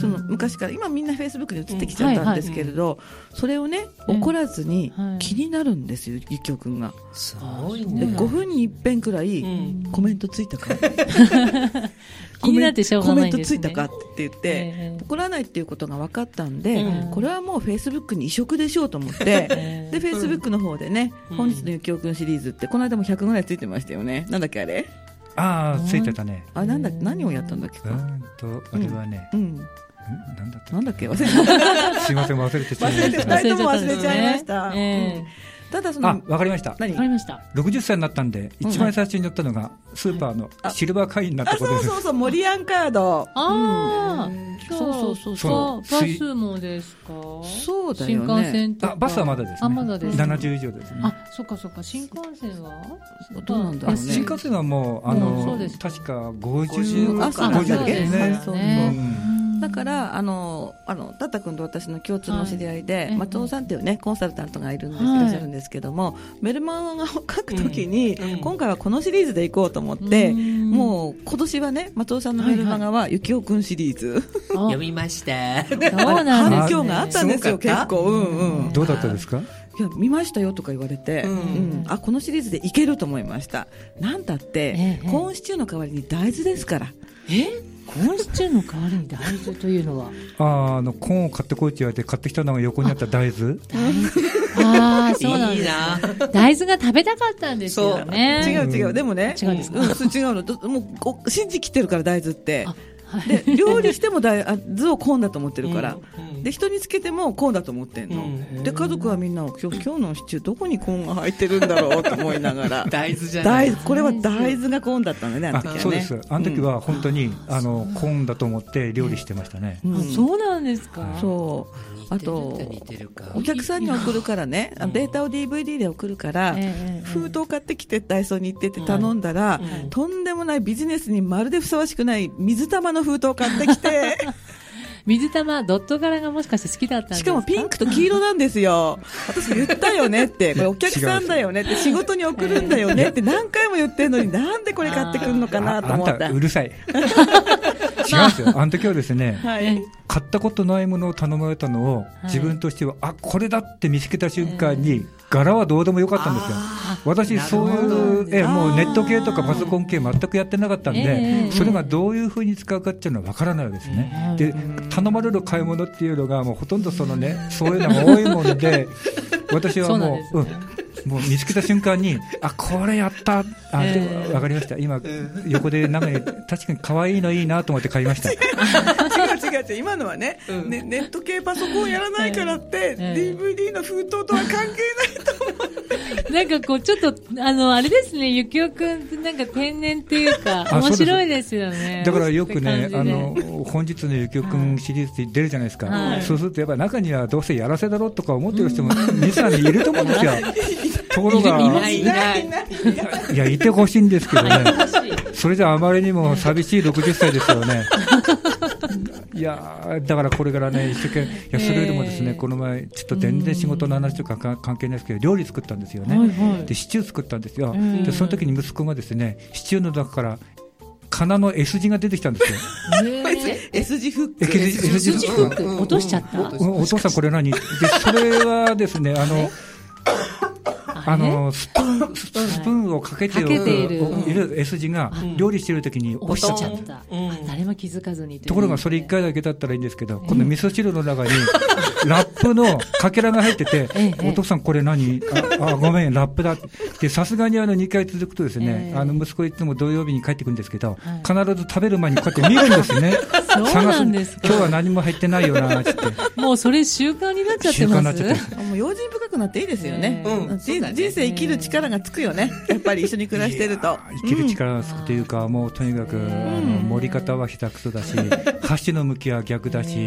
[SPEAKER 3] その昔から今みんなフェイスブックに移ってきちゃったんですけれど、それをね怒らずに
[SPEAKER 2] はい
[SPEAKER 3] 気になるんですよ、ゆきおくんが。
[SPEAKER 4] すごい
[SPEAKER 3] で
[SPEAKER 4] ね。
[SPEAKER 3] 5分に一遍くらい
[SPEAKER 4] うん
[SPEAKER 3] コメントついたか
[SPEAKER 2] 気になってしょうがないんですね
[SPEAKER 3] コメントついたかって言って、
[SPEAKER 2] ええ
[SPEAKER 3] 怒らないっていうことが分かったんで、
[SPEAKER 4] うん
[SPEAKER 3] これはもうフェイスブックに移植でしょうと思って、
[SPEAKER 2] ええ
[SPEAKER 3] でフェイスブックの方でね、
[SPEAKER 4] うん
[SPEAKER 3] 本日のゆきおくんシリーズってこの間も100ぐらいついてましたよねなんだっけあれ
[SPEAKER 1] ああ、ついてたね。
[SPEAKER 3] あれなんだっけ何をやったんだっけ
[SPEAKER 1] う
[SPEAKER 3] か、
[SPEAKER 1] ーんと、あれはね、
[SPEAKER 3] うん、
[SPEAKER 1] んなんだった
[SPEAKER 3] なんだっけ忘れちゃ
[SPEAKER 1] すいません、忘れてしまいま
[SPEAKER 3] 忘れて
[SPEAKER 1] し
[SPEAKER 3] 二
[SPEAKER 1] た
[SPEAKER 3] 人。とも忘れちゃいま
[SPEAKER 2] 忘
[SPEAKER 3] し
[SPEAKER 2] れちゃったんで
[SPEAKER 3] た。
[SPEAKER 2] すね
[SPEAKER 3] うん ただそ
[SPEAKER 1] あ
[SPEAKER 3] の、
[SPEAKER 1] わかりました。
[SPEAKER 3] 何
[SPEAKER 2] わかりました。
[SPEAKER 1] 60歳になったんで、一番最初に乗ったのが、スーパーのシルバー会員になっ
[SPEAKER 3] あ
[SPEAKER 1] たこ
[SPEAKER 3] そ
[SPEAKER 1] と
[SPEAKER 3] う
[SPEAKER 1] です
[SPEAKER 3] そ。うそうモリアンカード。
[SPEAKER 2] ああ、
[SPEAKER 3] そうそうそう
[SPEAKER 1] そう
[SPEAKER 2] バスもですか
[SPEAKER 3] そうだ
[SPEAKER 2] 新
[SPEAKER 3] よ
[SPEAKER 2] 幹
[SPEAKER 3] ね。
[SPEAKER 2] 線とか
[SPEAKER 1] あ、バスはまだです
[SPEAKER 2] あ、
[SPEAKER 1] ね。
[SPEAKER 2] まだです。
[SPEAKER 1] 70以上ですね。
[SPEAKER 2] あ、そっかそっか、新幹線は
[SPEAKER 3] どうなんだろ
[SPEAKER 1] あ
[SPEAKER 3] う
[SPEAKER 1] 新
[SPEAKER 3] ね。
[SPEAKER 1] 幹線はもう、あ
[SPEAKER 2] うんそ
[SPEAKER 1] の
[SPEAKER 2] うです、
[SPEAKER 1] 確か50、
[SPEAKER 3] あそうなんだ
[SPEAKER 1] 50
[SPEAKER 3] っけ
[SPEAKER 1] です
[SPEAKER 3] はい
[SPEAKER 1] ね。
[SPEAKER 3] そうそう
[SPEAKER 1] うん
[SPEAKER 3] だから、あの、あの、タタ君と私の共通の知り合い
[SPEAKER 2] い
[SPEAKER 3] で
[SPEAKER 2] え、え
[SPEAKER 3] 松尾さんっていうね、コンサルタントがいるんです、
[SPEAKER 2] はい
[SPEAKER 3] いらっしゃるんですけども、メルマガを書くときに
[SPEAKER 4] うんうん、
[SPEAKER 3] 今回はこのシリーズでいこうと思って、
[SPEAKER 2] うん
[SPEAKER 3] もう今年はね、松尾さんのメルマガは、ゆきおくんシリーズ。
[SPEAKER 2] あ
[SPEAKER 4] 読みまし た。
[SPEAKER 2] そうなんです、ね。
[SPEAKER 3] 反響があったんですよ、
[SPEAKER 4] すごか
[SPEAKER 3] 結
[SPEAKER 4] った
[SPEAKER 3] 構。うんうん。
[SPEAKER 1] どうだったですか
[SPEAKER 3] いや見ましたよとか言われて、う
[SPEAKER 4] う
[SPEAKER 3] んんあこのシリーズでいけると思いましたなんだって、
[SPEAKER 2] ええ
[SPEAKER 3] コーンシチューの代わりに大豆ですから
[SPEAKER 2] えコーンシチューの代わりに大豆というのは
[SPEAKER 1] あーあの、コーンを買ってこいって言われて、買ってきたのが横にあった大豆。
[SPEAKER 2] ああ、そうなん
[SPEAKER 4] いい
[SPEAKER 2] です。
[SPEAKER 4] な。
[SPEAKER 2] 大豆が食べたかったんですよね。
[SPEAKER 3] 違う
[SPEAKER 1] うん
[SPEAKER 3] 違うでもね
[SPEAKER 2] 違うんですか
[SPEAKER 3] んそう違うのどもうこ信じきってるから大豆って
[SPEAKER 2] あはい
[SPEAKER 3] で料理しても大あ豆をコーンだと思ってるから、
[SPEAKER 4] うん
[SPEAKER 3] で人につけてもコーンだと思ってんの、
[SPEAKER 4] うん
[SPEAKER 3] で家族はみんな今日今日のシチューどこにコーンが入ってるんだろうと思いなが ら
[SPEAKER 4] 大豆じゃない
[SPEAKER 3] 大。豆これは大豆がコーンだったんだねあの
[SPEAKER 1] あ
[SPEAKER 3] 時はね
[SPEAKER 1] そうです、あの時は本当に、あのコーンだと思って料理してましたね。
[SPEAKER 3] うん
[SPEAKER 2] あそうなんですか。
[SPEAKER 3] そうあと
[SPEAKER 4] 似てるか
[SPEAKER 3] お客さんに送るからね、あのデータを DVD で送るから、
[SPEAKER 2] ええええ
[SPEAKER 3] 封筒買ってきてダイソーに行ってって頼んだら、
[SPEAKER 4] うん
[SPEAKER 3] とんでもないビジネスにまるでふさわしくない水玉の封筒を買ってきて、
[SPEAKER 2] 水玉、ドット柄がもしかして好きだったんです
[SPEAKER 3] しかもピンクと黄色なんですよ。私言ったよねって、これお客さんだよねって、仕事に送るんだよねって何回も言ってるのに、なんでこれ買ってくるのか
[SPEAKER 1] あ
[SPEAKER 3] なと
[SPEAKER 1] あん
[SPEAKER 3] 思ったた
[SPEAKER 1] う。るさ い違うんですよ、あの時はですね、
[SPEAKER 3] はい。
[SPEAKER 1] 買ったことないものを頼まれたのを、自分としては、あこれだって見つけた瞬間に、柄はどうでもよかったんですよ、私、そう
[SPEAKER 4] なる
[SPEAKER 1] い
[SPEAKER 4] ほ
[SPEAKER 1] う、ええもうネット系とかパソコン系、全くやってなかったんで、
[SPEAKER 2] ええ
[SPEAKER 1] それがどういうふうに使うかっていうのは分からないわけですね、
[SPEAKER 2] うん
[SPEAKER 1] で頼まれる買い物っていうのが、もうほとんどそのね、そういうのが多いもん で、私はもう、
[SPEAKER 2] そううなんです
[SPEAKER 1] ん、もう見つけた瞬間に、あこれやった、あで
[SPEAKER 2] ええ
[SPEAKER 1] 分かりました、今、横でなんかね、確かに可愛いのいいなと思って買いました。
[SPEAKER 3] 違う違う違う、今のはね、ねネット系パソコンやらないからって、
[SPEAKER 2] ええ
[SPEAKER 3] DVD の封筒とは関係ないと思う。
[SPEAKER 2] なんかこう、ちょっと、あの、あれですね、ゆきおくんってなんか天然っていうか、
[SPEAKER 1] あそう
[SPEAKER 2] 面
[SPEAKER 1] です
[SPEAKER 2] 白いですよね。
[SPEAKER 1] だからよくね
[SPEAKER 2] っ、て
[SPEAKER 1] あ
[SPEAKER 2] 感じで
[SPEAKER 1] の、本日のゆきおくんシリーズって出るじゃないですか。
[SPEAKER 2] はい
[SPEAKER 1] そうするとやっぱ中にはどうせやらせだろうとか思ってる人も、2、3人いると思うんで すよ。ところが、
[SPEAKER 2] います
[SPEAKER 4] い
[SPEAKER 2] い
[SPEAKER 4] ないい。
[SPEAKER 3] ない
[SPEAKER 1] いや、いてほしいんですけどね。
[SPEAKER 2] 欲しい
[SPEAKER 1] それじゃあまりにも寂しい60歳ですよね。いやーだからこれからね、一生懸命、いや、それよりもですね、
[SPEAKER 2] えー
[SPEAKER 1] この前、ちょっと全然仕事の話とかか関係ないですけど、料理作ったんですよね。
[SPEAKER 2] はいはい
[SPEAKER 1] で、シチュー作ったんですよ。
[SPEAKER 2] ん
[SPEAKER 1] で、その時に息子がですね、シチューの中から、かなの S 字が出てきたんですよ。
[SPEAKER 2] え
[SPEAKER 3] S 字フック。
[SPEAKER 1] え S 字 S 字
[SPEAKER 2] 筋フック落としちゃった
[SPEAKER 1] おお父さんこれ何でそれはですねあのあ
[SPEAKER 2] あれ
[SPEAKER 1] のスプーンスプーンスプーンをかけておく
[SPEAKER 2] かけている
[SPEAKER 1] おいる S 字が
[SPEAKER 4] ん
[SPEAKER 1] 料理してる時に落
[SPEAKER 2] 落
[SPEAKER 1] ち
[SPEAKER 2] ち
[SPEAKER 1] ち
[SPEAKER 2] ち
[SPEAKER 1] ゃ
[SPEAKER 2] ゃ
[SPEAKER 1] っ
[SPEAKER 2] ったた。
[SPEAKER 4] うん
[SPEAKER 2] あ誰も気づかずにという
[SPEAKER 1] ところがそれ1回だけだったらいいんですけど、この味噌汁の中に、ラップのかけらが入ってて
[SPEAKER 2] ええ、
[SPEAKER 1] お父さんこれ何あ、あごめん、ラップだって。で、さすがにあの2回続くとです
[SPEAKER 2] え
[SPEAKER 1] ね、
[SPEAKER 2] え
[SPEAKER 1] あの息子いつも土曜日に帰ってくるんですけど、
[SPEAKER 2] はい
[SPEAKER 1] 必ず食べる前にこうやって見るんですね。
[SPEAKER 2] そうなんですか
[SPEAKER 1] 探今日は何も入ってないよな、つって。
[SPEAKER 2] もうそれ習慣になっちゃって
[SPEAKER 1] 習慣にな
[SPEAKER 2] ま
[SPEAKER 1] っ
[SPEAKER 2] す
[SPEAKER 1] ちゃって。
[SPEAKER 3] もう用心深くなっていいですよね。
[SPEAKER 2] ね
[SPEAKER 3] うん人人生生きる力がつくよね。やっぱり一緒に暮らしてると。
[SPEAKER 1] 生きる力というか、もうとにかく、あの、盛り方は下手くそだし、箸の向きは逆だし、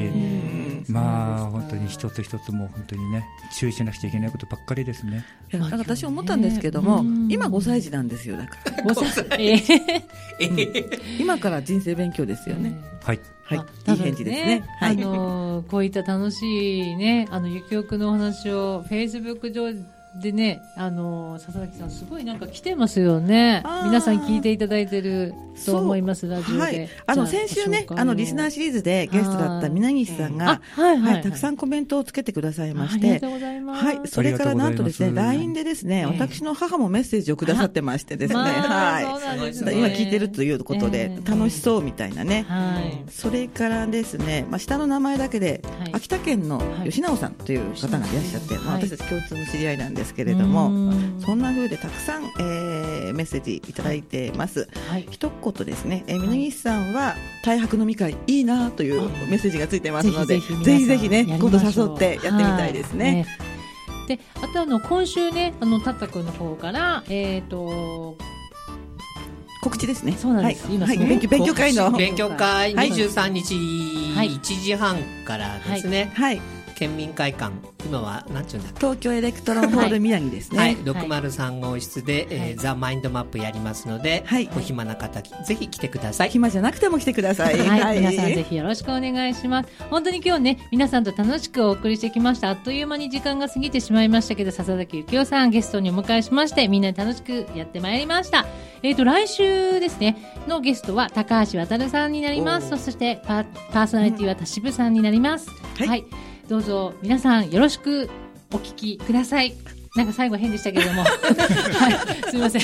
[SPEAKER 1] まあ、本当に一つ一つもう本当にね、注意しなくちゃいけないことばっかりですね。
[SPEAKER 3] いやなんか私思ったんですけども、
[SPEAKER 2] うん
[SPEAKER 3] 今5歳児なんですよ、だから。
[SPEAKER 2] ごさえー
[SPEAKER 3] 今から人生勉強ですよね。
[SPEAKER 1] はい。
[SPEAKER 3] はい
[SPEAKER 2] まあ。多
[SPEAKER 3] いい
[SPEAKER 2] 分
[SPEAKER 3] 返事ですね。は
[SPEAKER 2] あ
[SPEAKER 3] い。
[SPEAKER 2] のーこういった楽しいね、あの、ゆきおくんのお話を、フェイスブック上でね、あのー笹崎さん、すごいなんか来てますよね
[SPEAKER 3] あ。ー
[SPEAKER 2] 皆さん聞いていただいてると思います、
[SPEAKER 3] そう
[SPEAKER 2] ラジオで。
[SPEAKER 3] はい、あの
[SPEAKER 2] じゃ
[SPEAKER 3] 先週ね
[SPEAKER 2] ご紹介を
[SPEAKER 3] あのリスナーシリーズでゲストだった南岸さんが、
[SPEAKER 2] あ、はいはい、
[SPEAKER 3] はい、たくさ
[SPEAKER 2] ん
[SPEAKER 3] んコメントをつけてください
[SPEAKER 2] 来
[SPEAKER 3] まし
[SPEAKER 2] ありが
[SPEAKER 3] て
[SPEAKER 2] とうございます。
[SPEAKER 3] はい、それからなんとです
[SPEAKER 1] あ
[SPEAKER 3] ね、
[SPEAKER 1] りがとうございます
[SPEAKER 3] LINE でですね、
[SPEAKER 2] ええ
[SPEAKER 3] 私の母もメッセージをくださってましてですね、
[SPEAKER 2] まあそ
[SPEAKER 3] は
[SPEAKER 2] うなんで
[SPEAKER 3] い。
[SPEAKER 2] す
[SPEAKER 4] まあ
[SPEAKER 2] ね
[SPEAKER 3] 今聞いてるということで、
[SPEAKER 2] ええ
[SPEAKER 3] 楽しそうみたいなね。
[SPEAKER 2] はい。
[SPEAKER 3] それからですね、まあ、下の名前だけで、
[SPEAKER 2] はい
[SPEAKER 3] 秋田県の
[SPEAKER 2] はい
[SPEAKER 3] 吉直さんという方がいらっしゃって、
[SPEAKER 2] はい
[SPEAKER 3] まあ、私たち共通の知り合いなんですけ
[SPEAKER 2] け
[SPEAKER 3] れども、そん
[SPEAKER 2] な、
[SPEAKER 3] な風でたくさん、えーメッセージいただいてます。
[SPEAKER 2] はい、
[SPEAKER 3] 一言ですね、えー、峯岸さんは大白飲み会いいなというメッセージがついてますので、ぜひぜひね、今度誘ってやってみたいです
[SPEAKER 2] 皆
[SPEAKER 3] ね。。
[SPEAKER 2] さんやりましょうはいねで、あとあの、今週ね、あの、たったくんの方から、えっ、と、
[SPEAKER 3] 告知ですね。
[SPEAKER 2] そうなんです
[SPEAKER 3] はい、
[SPEAKER 2] 今
[SPEAKER 3] はい
[SPEAKER 2] その
[SPEAKER 3] 勉強勉強会の。
[SPEAKER 4] 勉強会
[SPEAKER 2] はい
[SPEAKER 4] 23日
[SPEAKER 2] はい
[SPEAKER 4] 1時半からですね、
[SPEAKER 3] はい、
[SPEAKER 4] 県民会館今は何ちゅうんだっけ
[SPEAKER 3] 東京エレクトロンホール宮城ですね。
[SPEAKER 4] はい、603号室で、えー
[SPEAKER 2] はい
[SPEAKER 4] ザ・マインドマップやりますので、
[SPEAKER 3] はい
[SPEAKER 4] お暇な方、ぜひ来てください。
[SPEAKER 3] 暇じゃなくても来てください。
[SPEAKER 2] はい、皆さんぜひよろしくお願いします。本当に今日ね、皆さんと楽しくお送りしてきました。あっという間に時間が過ぎてしまいましたけど、笹崎幸雄さんゲストにお迎えしまして、みんなで楽しくやってまいりました。えっ、と、来週ですね、のゲストは高橋渉さんになります。
[SPEAKER 3] お
[SPEAKER 2] そしてパ、パーソナリティは田渋さんになります。
[SPEAKER 3] はい
[SPEAKER 2] どうぞ皆さんよろしくお聞きください。なんか最後変でしたけれども。 はい、すみません。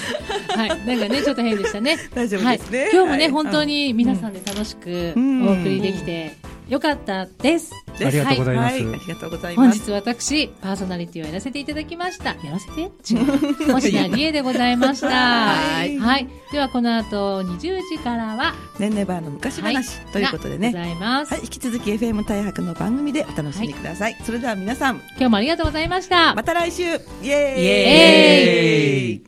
[SPEAKER 2] はい、なんかね、ちょっと変でしたね。
[SPEAKER 3] 大丈夫ですね
[SPEAKER 2] はい、今日もね、
[SPEAKER 3] はい
[SPEAKER 2] 本当に皆さんで楽しく
[SPEAKER 3] うん
[SPEAKER 2] お送りできて、よかったです。
[SPEAKER 1] ありがとうございま
[SPEAKER 3] は
[SPEAKER 1] す。
[SPEAKER 3] い、ありがとうござい
[SPEAKER 2] 本
[SPEAKER 3] ます。
[SPEAKER 2] 日私、パーソナリティをやらせていただきました。やらせて 違う。星名理恵でございました。
[SPEAKER 3] はい
[SPEAKER 2] はい。では、この後20時からは、
[SPEAKER 3] ねんねばーの昔話、
[SPEAKER 2] は
[SPEAKER 3] ということで
[SPEAKER 2] が
[SPEAKER 3] ね。
[SPEAKER 2] ございます。
[SPEAKER 3] はい、引き続き FM 大白の番組でお楽しみください。それでは皆さん、
[SPEAKER 2] 今日もありがとうございました。
[SPEAKER 3] また来週イエーイ
[SPEAKER 4] イエーイ